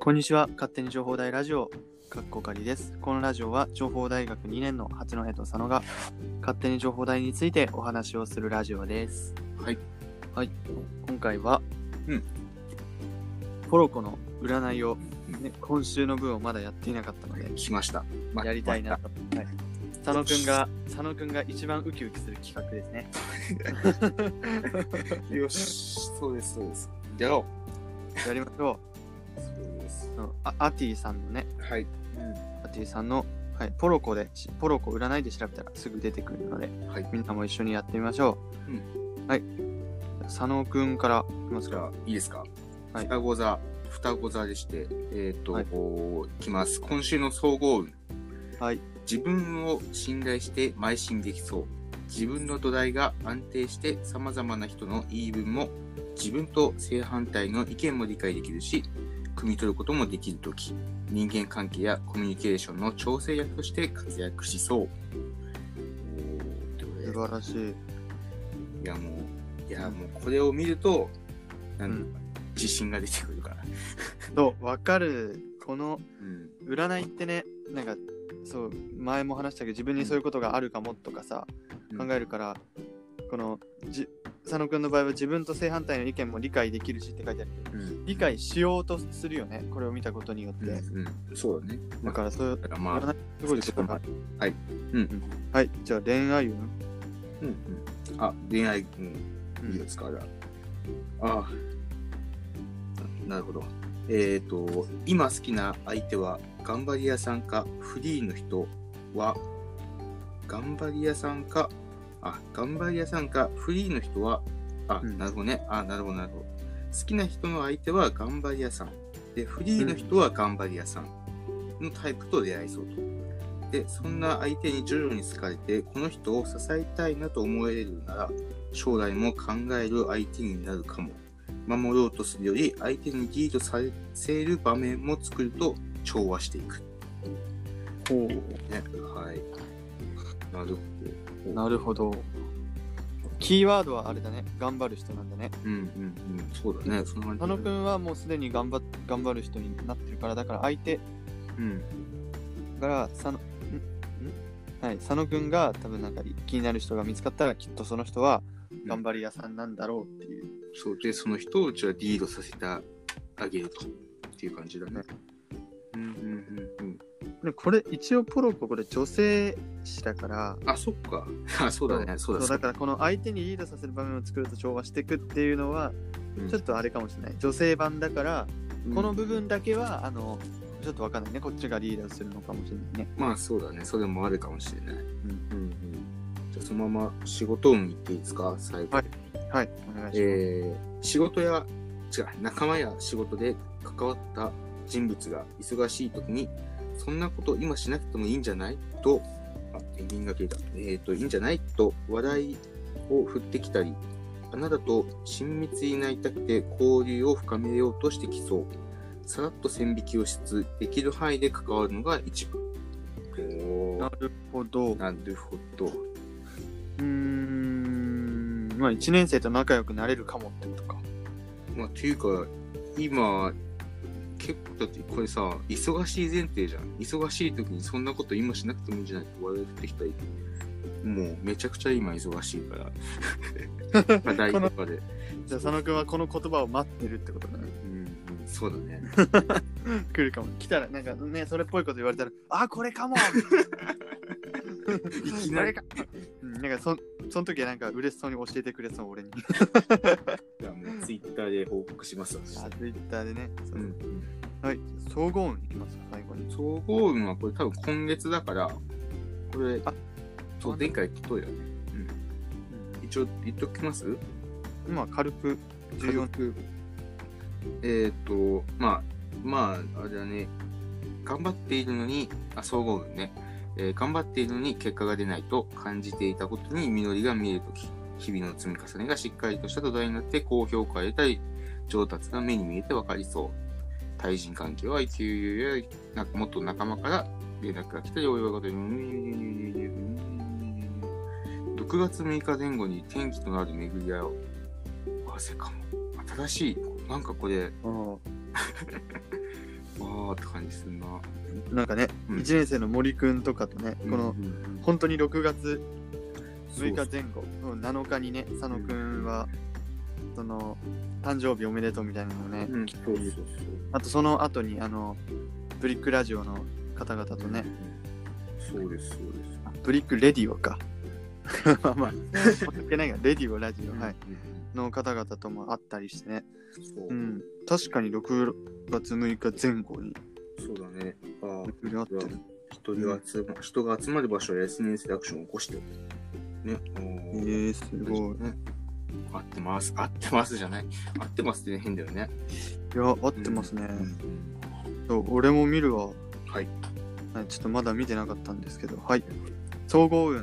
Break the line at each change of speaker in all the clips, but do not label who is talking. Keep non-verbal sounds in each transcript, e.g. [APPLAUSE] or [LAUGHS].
こんにちは勝手に情報大ラジオかっこかりですこのラジオは情報大学2年の八戸と佐野が勝手に情報大についてお話をするラジオです
はい
はい今回は、
うん
ポロコの占いを、ね、今週の分をまだやっていなかったので
来ました。ま
やりたいな
ま
と、はい、佐野くんが佐野くんが一番ウキウキする企画ですね
たよし、そうです、そうです。やろ
やりましょ
う。そうです。
ううんあアティさんのね
はい。
アティさんの、はい、ポロコでしポロコ占いで調べたらすぐ出てくるので
はい。
みんなも一緒にやってみましょう、はい佐野くんからいきます
じゃ
か
あ、いいですか。
はい
双子座、双子座でして、えっ、と、
はい
こういきます。今週の総合運。
はい
自分を信頼して邁進できそう。自分の土台が安定して様々な人の言い分も、自分と正反対の意見も理解できるし、汲み取ることもできるとき、人間関係やコミュニケーションの調整役として活躍しそう。
素晴らしい
いやもう、いやもうこれを見ると、なんていうのかな自信が出てくるから。
そうわかるこの
うん。
占いってねなんかそう前も話したけど自分にそういうことがあるかもとかさ、
うん
考えるからこのじ佐野くんの場合は自分と正反対の意見も理解できるしって書いてあるけど
うん。
理解しようとするよねこれを見たことによって、
うん。そうだね。
だからそういう
だからまあ、
占いすごい力があるはいじゃあ恋愛運
うんうん。あ、恋愛、うん。
う
いい
ん
ですか、じゃあ。ああ。なるほど。えっ、と、今好きな相手は、頑張り屋さんか、フリーの人は、頑張り屋さんか、あ、頑張り屋さんか、フリーの人は、あ、
うん
なるほどね。あ、なるほど、なるほど。好きな人の相手は、頑張り屋さん。で、フリーの人は、頑張り屋さんのタイプと出会いそうと。で、そんな相手に徐々に好かれて、この人を支えたいなと思えるなら、将来も考える相手になるかも。守ろうとするより相手にリードさせる場面も作ると調和していく。
ほ
ね、はい。なるほど。
うなるほどキーワードはあれだね頑張る人なんだね
うんうんうん。そうだね。その
佐野くんはもうすでに頑張っ頑張る人になってるからだから相手
うん。
から佐野んんはい、佐野くんが多分なんか気になる人が見つかったらきっとその人は頑張り屋さんなんだろうっていう、
そうで、その人をじゃあリードさせてあげると。っていう感じだね。うんうんうんうん。
でこれ一応ポロコこれ女性誌だから
あ、そっか。あ、 [LAUGHS] そうだね。そうだ。
からこの相手にリードさせる場面を作ると調和していくっていうのは
うん
ちょっとあれかもしれない女性版だからこの
うん
部分だけはあのちょっとわかんないねこっちがリードするのかもしれないね
まあそうだね、それもあるかもしれない。うんうんじゃあそのまま仕事運いっていいですか、最後。
はいはいお願いします、
えー仕事や、違う、仲間や仕事で関わった人物が忙しい時に、そんなこと今しなくてもいいんじゃないと、あ、ペンギンが消えた。えっ、と、いいんじゃないと話題を振ってきたり、あなたと親密になりたくて交流を深めようとしてきそう。さらっと線引きをしつつ、できる範囲で関わるのが一番。おー
なるほどう
なるほど。
ーんまあ1年生と仲良くなれるかもってことか
まあ、ていうか、今、結構、だってこれさ、忙しい前提じゃん。忙しい時にそんなこと今しなくてもいいんじゃないって言われてきたり、もうめちゃくちゃ今忙しいから。課題とかで。
じゃあ佐野くんはこの言葉を待ってるってことだね [LAUGHS]
うん、うんそうだね。
来るかも来たらなんかねそれっぽいこと言われたらあこれかも
いき
こ
な
れ
り
か [LAUGHS] うんなんかそその時はなんか嬉しそうに教えてくれそう俺に
じゃあもうツイッターで報告しますわ。、
[LAUGHS] あツイッターでね、そううんはい総合運いきますか最後に
総合運はこれ多分今月だから、これ、
あ
そう、前回聞こえたよね。一応言っときます
今軽く
軽
14
くえっ、とまあまああれだね頑張っているのにあ総合運ね、えー頑張っているのに結果が出ないと感じていたことに実りが見えるとき日々の積み重ねがしっかりとした土台になって高評価を得たり上達が目に見えて分かりそう対人関係は給与やなんかもっと仲間から連絡が来たりお祝い事に6月6日前後に天気となる巡り合いを合わせかも新しいなんかこれ
うん
あーって感じするな。
なんかね、
うん
1年生の森くんとかとね、この、
うんうんうん
本当に6月
そう
6日前後、うん7日にね、佐野くんは、その、誕生日おめでとうみたいなのをね、
うん、そうそうそう。
あとその後に、あの、ブリックラジオの方々とね、
うん。そうです、そうです。
ブリックレディオか。 [LAUGHS] まあまあ、関係ないが、レディオ、ラジオ、はい。
い。
の方々とも会ったりしてね、
そうう。
ん。確かに6月6日前後に、
そうだね。ああ、
いろいろあったね
人が集ま、人が集まる場所や SNS でアクションを起こして。ね。
え
おー
ー、すごい。
ね合ってます。合ってますじゃない。合ってますって変だよね。
いや、合ってますね。
うん
そう俺も見るわ。
はい。
はい、ちょっとまだ見てなかったんですけど、はい。総合運。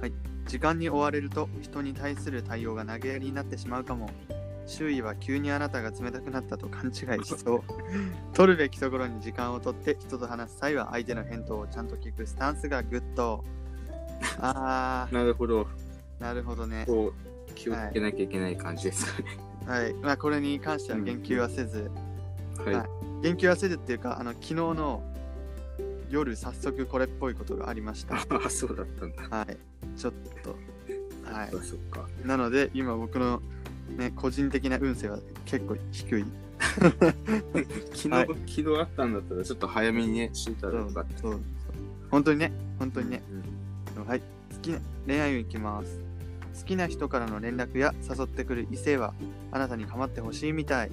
はい。時間に追われると、人に対する対応が投げやりになってしまうかも。周囲は急にあなたが冷たくなったと勘違いし
[LAUGHS]
そう。取るべきところに時間を取って、人と話す際は相手の返答をちゃんと聞くスタンスがグッ
[LAUGHS]
ド。あ
なるほど。
ー、なるほどね。
こう、気をつけなきゃいけない感じですかね。
はい。まあ、これに関しては言及はせず、
はい。
はい言及はせずっていうかあの昨日の夜早速これっぽいことがありま
[LAUGHS]
した
ああ、そうだったんだ。
はいちょっとは
あそっか。
いなので今僕のね個人的な運勢は結構低い
昨日、
はい
昨日あったんだったら、ちょっと早めにね、知ったらよかった。
そう本当にね本当にね
うん。
はい好きな恋愛運いきます好きな人からの連絡や誘ってくる異性はあなたに構ってほしいみたい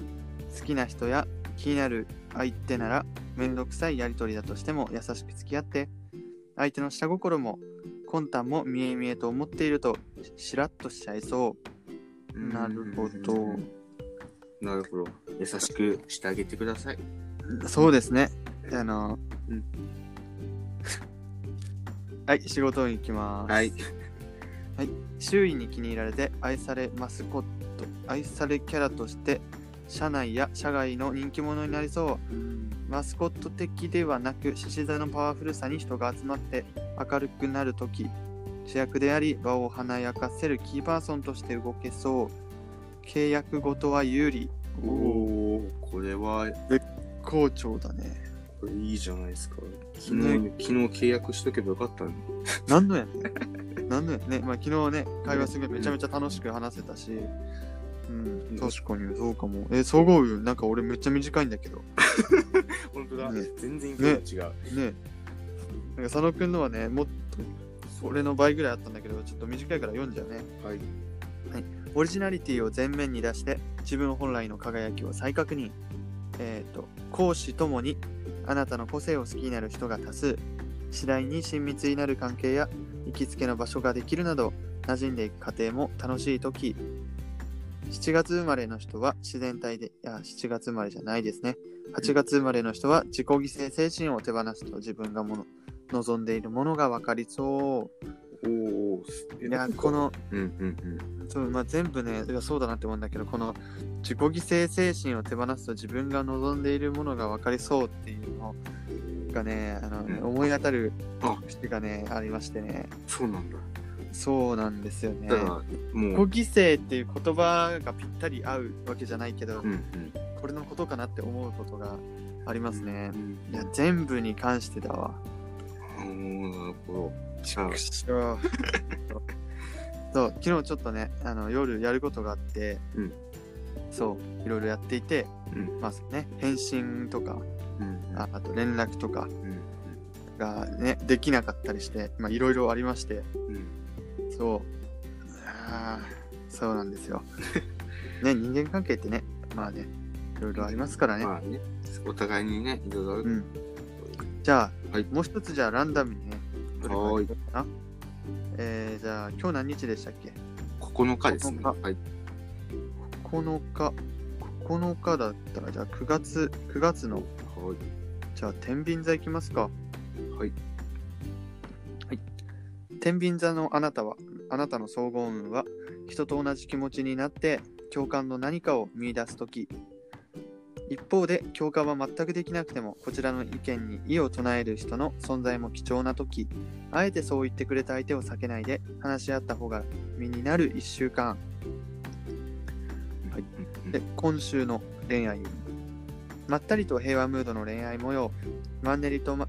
好きな人や気になる相手なら面倒くさいやり取りだとしても優しく付き合って相手の下心も魂胆も見え見えと思っているとししらっとしちゃいそうなるほど
なるほど。優しくしてあげてください。
そうですねあの
うん
はい仕事に行きます、
はい。
周囲に気に入られて愛されマスコット愛されキャラとして社内や社外の人気者になりそうマスコット的ではなく獅子座のパワフルさに人が集まって明るくなるとき主役であり場を華やかせるキーパーソンとして動けそう契約ごとは有利
おおー、これは、
好調だね
これいいじゃないですか。昨日、
ね
昨日契約しとけばよかったのに。
何のやねん何のやねん、まあ、昨日ね会話すごいめちゃめちゃ楽しく話せたしうん確かにそうかもえ総合運なんか俺めっちゃ短いんだけど
本当だ。
ね
全然違う。違
ね
う。
なんか佐野くんのはねもっと俺の倍ぐらいあったんだけどちょっと短いから読んじゃうね
はい。
オリジナリティを前面に出して自分本来の輝きを再確認えっ、と講師ともにあなたの個性を好きになる人が多数次第に親密になる関係や行きつけの場所ができるなど馴染んでいく過程も楽しい時7月生まれの人は自然体でいや7月生まれじゃないですね8月生まれの人は自己犠牲精神を手放すと自分がもの望んでいるものが分かりそ
おーお
う
ー。
いやこ。の
うんうん
そうまあ、全部ねいやそうだなって思うんだけどこの自己犠牲精神を手放すと自分が望んでいるものが分かりそうっていうの
うん。
がねあの、
うん
思い当たる
あ
節がねありましてね
そうなんだ。
そうなんですよね
だから、
自己
もう、
犠牲っていう言葉がぴったり合うわけじゃないけど、
うんうん。
これのことかなって思うことがありますね
う、ん
いや全部に関してだわ
うん。おーなるほど。じゃあ
く、しょーそう昨日ちょっとねあの夜やることがあって、
うん
そういろいろやっていて、
うん
まあね返信とか
うん
ああと連絡とか
うん
がねできなかったりしてまあいろいろありまして
うんうん。
そうあーそうなんです
[LAUGHS]
よね人間関係ってねまあねいろいろありますからね、
まあね、お互いにね、いろいろある
うんじゃあ、
はい
もう一つじゃあランダムにねどれから
はーい
行こうかなえー、じゃあ今日何日でしたっけ
9日ですね。
9
はい。
9日9日だったらじゃあ9月9月の
はい。
じゃあ天秤座いきますか
はい、
はい、天秤座のあなたはあなたの総合運は人と同じ気持ちになって共感の何かを見出す時一方で共感は全くできなくてもこちらの意見に異を唱える人の存在も貴重な時あえてそう言ってくれた相手を避けないで話し合った方が身になる1週間
はい。
で今週の恋愛まったりと平和ムードの恋愛模様マンネリとま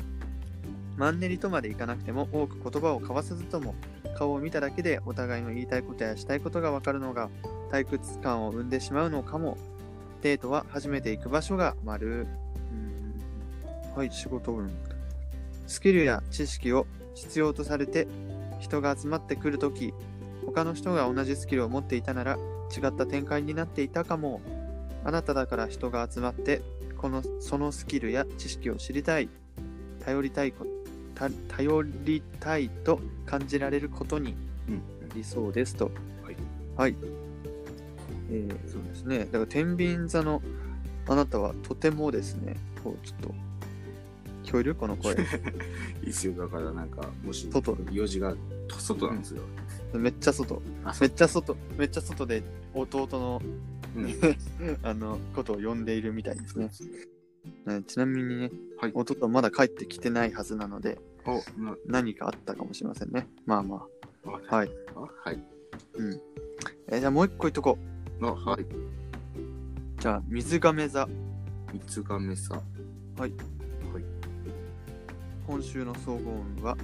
マンネリとまでいかなくても多く言葉を交わさずとも顔を見ただけでお互いの言いたいことやしたいことが分かるのが退屈感を生んでしまうのかもデートは初めて行く場所が丸うんはい仕事運スキルや知識を必要とされて人が集まってくるとき他の人が同じスキルを持っていたなら違った展開になっていたかもあなただから人が集まってこのそのスキルや知識を知りたい頼りたいこた頼りたいと感じられることに
うんうん
理想ですと。
はい。
はい。えーそうですね。だから、天秤座のあなたはとてもですね、こう、ちょっと、聞こえるこの
[LAUGHS]
声。
いいっすよ。だからなんか、もし、
外
用事が、と外なんですよ。
めっちゃ外。
あ、そ
めっ
う。
ちゃ外。めっちゃ外で、弟の、
うん。
[LAUGHS] あの、ことを呼んでいるみたいですね。ねちなみにね、
はい
弟はまだ帰ってきてないはずなので、
お、な、
何かあったかもしれませんね。まあまあ。
あ
はい。
はい。
えーじゃあもう一個いっとこ
あ、はい。
う。じゃあ、水亀座。
三つがめさ。
今週の総合運は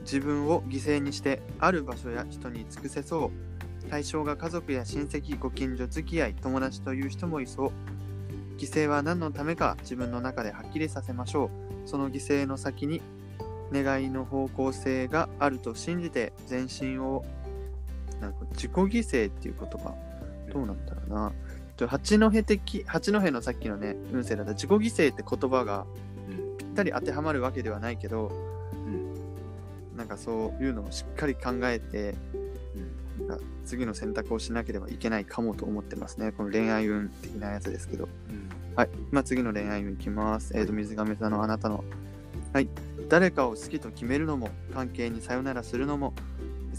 自分を犠牲にしてある場所や人に尽くせそう対象が家族や親戚ご近所付き合い友達という人もいそう犠牲は何のためか自分の中ではっきりさせましょうその犠牲の先に願いの方向性があると信じて全身をなんか自己犠牲っていう言葉どうなんだろうなちょ八戸的八戸のさっきのね運勢だった自己犠牲って言葉が
うん。
ぴったり当てはまるわけではないけど、なんかそういうのをしっかり考えて
うん。
なんか次の選択をしなければいけないかもと思ってますねこの恋愛運的なやつですけど
うん。
はい、まあ、次の恋愛運いきますえっ、と水亀座のあなたのはい誰かを好きと決めるのも関係にさよならするのも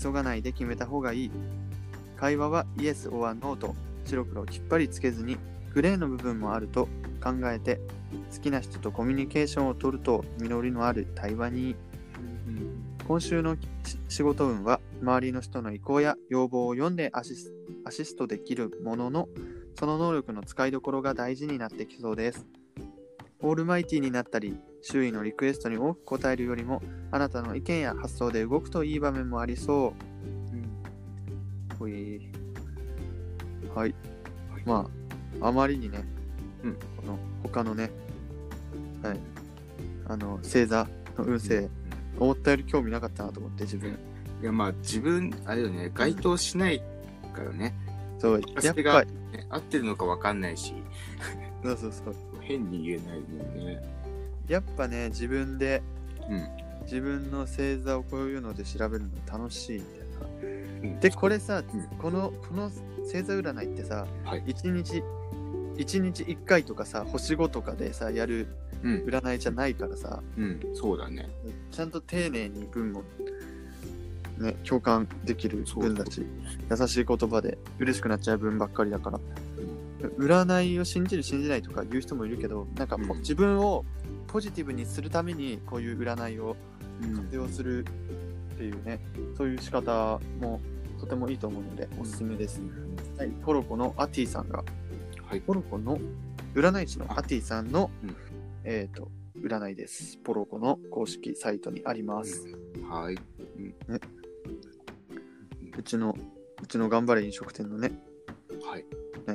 急がないで決めた方がいい会話はイエス・オア・ノーと白黒をきっぱりつけずにグレーの部分もあると考えて好きな人とコミュニケーションを取ると実りのある対話に
うん。
今週のし仕事運は周りの人の意向や要望を読んでアシスアシストできるもののその能力の使いどころが大事になってきそうですオールマイティーになったり周囲のリクエストに多く応えるよりもあなたの意見や発想で動くといい場面もありそうほいはい
はい
まああまりにね、
うん
この他のねはいあの星座の運勢、思ったより興味なかったなと思って自分
いや、まあ、自分、あれよね、該当しないからね。
そう
あ
やっ
それが
ぱり
ね合ってるのかわかんないし、
そうそうそう
変に言えないもんね。
やっぱね自分で、
うん
自分の星座をこういうので調べるの楽しいみたいな
うん
でこれさ、
うん
このこの星座占いってさ、
はい
一日一日1回とかさ星5とかでさやる
うん。
占いじゃないからさ
うん。そうだね。
ちゃんと丁寧に文もね共感できる文だし優しい言葉で嬉しくなっちゃう文ばっかりだから、占いを信じる信じないとか言う人もいるけどなんかポ
うん
自分をポジティブにするためにこういう占いを活用するっていうね、そういう仕方もとてもいいと思うのでおすすめです、はい、ポロコのアティさんが
はい。
ポロコの占い師のアティさんの、
うん
えっ、と占いですポロコの公式サイトにあります、
はい。
うちのうちの頑張れ飲食店のね
はい。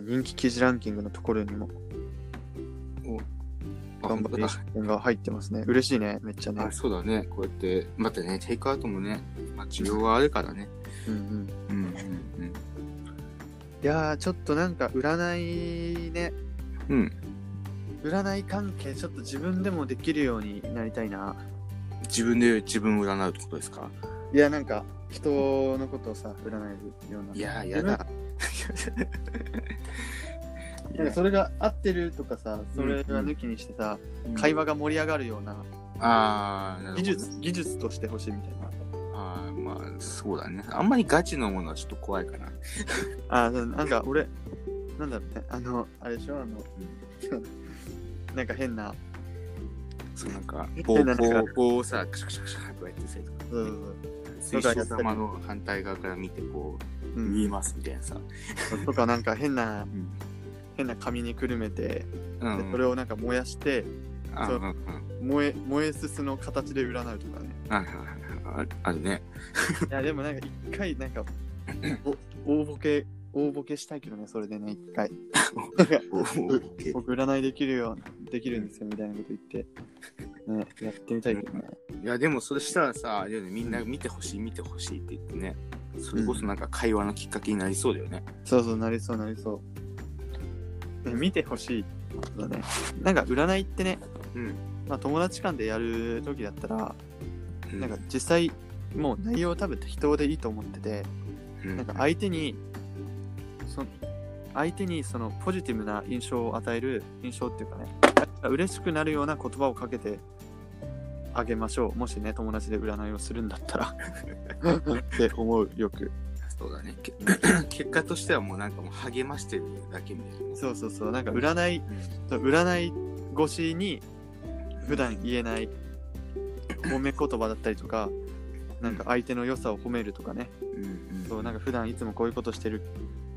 人気記事ランキングのところにも
あ
頑張れ飲食店が入ってますね嬉しいねめっちゃね
あ、そうだね。こうやって、またね、テイクアウトもね、まあ、需要はあるからね。
うんうん
うんうん
いやーちょっとなんか占いね
うん。うん。
占い関係ちょっと自分でもできるようになりたいな
自分で自分を占うってことですか
いやなんか人のことをさ占えるようない
いやー、や [LAUGHS] だ。い
なん
や
かそれが合ってるとかさそれが抜きにしてさ、会話。が盛り上がるような
ああ、なるほどね
技術、技術としてほしいみたいな
ああ、まあ、そうだね。あんまりガチのものはちょっと怖いかな。
あーなんか俺なんだろうねあのあれでしょあの [LAUGHS] なんか変な
そうなんか、棒
変ななんか
棒棒をさ、クシャクシャクシャってこうやってさ、
そうそうそう
水晶玉の反対側から見て、こう、
うん
見えますみたいなさ。
とかなんか変な
うん
変な紙にくるめて、
うん
でそれをなんか燃やして
あ
そう
うんうん
燃え燃えすすの形で占うとかね
はいはいはいはいああるね。
いやでもなんか一回なんかお大ボケ大ボケしたいけどねそれでね一回なんか
おー
僕占いできるよできるんですよみたいなこと言って、ね、やってみたいけどね
いやでもそれしたらさ、でもねみんな見てほしい見てほしいって言ってね、それこそなんか会話のきっかけになりそうだよね。
そうそうなりそうなりそう、ね、見てほしいよねなんか占いってね、
うん
まあ、友達間でやる時だったら
う
なんか実際もう内容多分適当でいいと思ってて、
うん
なんか相手にそ相手にそのポジティブな印象を与える印象っていうかね嬉しくなるような言葉をかけてあげましょうもしね友達で占いをするんだったらって思うよく
そうだね。け [COUGHS] 結果としてはもうなんかもう励ましてるだけみたいなね。
そうそうそうなんか占い占い越しに普段言えない褒め言葉だったりとかなんか相手の良さを褒めるとかね
うんうん
そうなんか普段いつもこういうことしてる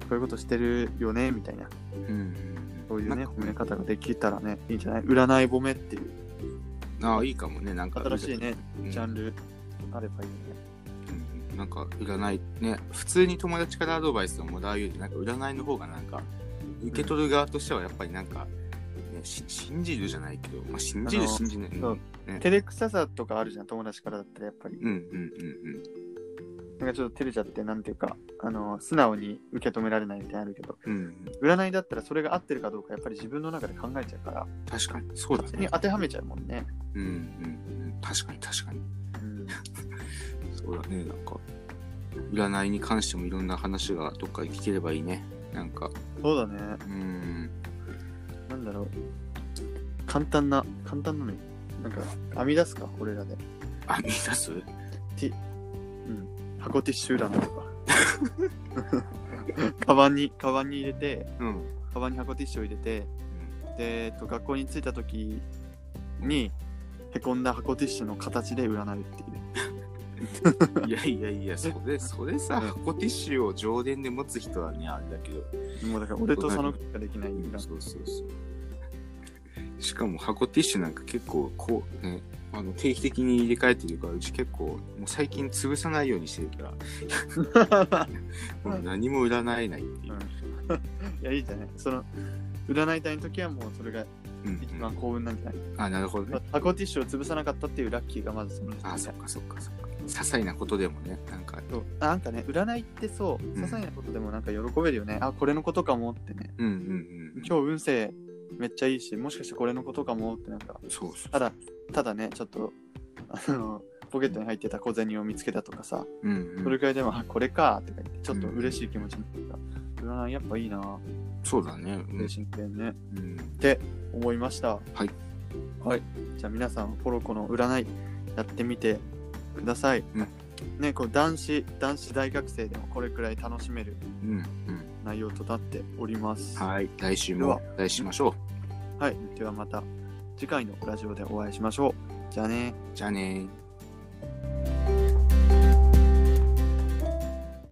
こういうことしてるよねみたいな
うんうん
そういうね、
なんか
褒め方ができたらね、いいんじゃない占い褒めっていう、
ああ、いいかもね。なんか
新しいね、
うん
ジャンルあればいいよね。
うんなんか占いね普通に友達からアドバイスをもらうよりなんか占いの方がなんか受け取る側としてはやっぱりなんか、ね、し信じるじゃないけど、まあ、信じ
あ
る
の
信じないうん
そううん
ね
照れくささとかあるじゃん、友達からだったらやっぱり。
うんうん
なんかちょっと照れちゃって、なんていうか、あの、素直に受け止められないみたいなのあるけど、
うんうん
占いだったらそれが合ってるかどうか、やっぱり自分の中で考えちゃうから、
確かにそうだ
勝手に
ね
当てはめちゃうもんね。
うんうんうん確かに確かに
うん、
そうだねなんか占いに関してもいろんな話がどっかで聞ければいいねなんか
そうだね、
うん
なんだろう。簡単な、簡単なのに、なんか、編み出すか、俺らで。
あ見出す
うん、箱ティッシュ占いとか。
[LAUGHS]
カバンに、カバンに入れて、
うん
カバンに箱ティッシュを入れて、で、えっと、学校に着いた時に、へこんだ箱ティッシュの形で占うっていう。
いやいやいやそれそれさ
うん
箱ティッシュを上田で持つ人はねあれだけど
もうだから俺と佐野くんができない
うん
占い。
そうそうそう。 [LAUGHS] しかも箱ティッシュなんか結構こうね、あの定期的に入れ替えてるから、うち結構もう最近潰さないようにしてるから、
[LAUGHS]
もう何も占えないっていう。
いや、いいじゃない。その、占いたいの時はもうそれが
うん
一番幸運なんじゃない、
あ、なるほどね。
箱ティッシュを潰さなかったっていうラッキーがまずその人
あ、そっかそっかそっか。些細なことでもね、なんか、
そうあなんかね、占いってそう、些細なことでもなんか喜べるよね。あ、これのことかもってね。
うんうんうん。
今日運勢めっちゃいいし、もしかしてこれのことかもってなんか、
そうそう。
ただ、ただね、ちょっと、あの、ポケットに入ってた小銭を見つけたとかさ、
うん
そ
うん
れ、くらいでも、あ、これかとか言って、ちょっと嬉しい気持ちになった。占いやっぱいいな、
そうだね。うん
精神系ね、
うん
思いました。
はい。
はい。じゃあ皆さん、ポロコの占い、やってみてください。
うん
ね、こう、男子、男子大学生でもこれくらい楽しめる
うんうん。
内容となっております。
はい。来週
で
も
は
お会いしましょ
はい。ではまた、次回のラジオでお会いしましょう。じゃあね
う。じゃあねー。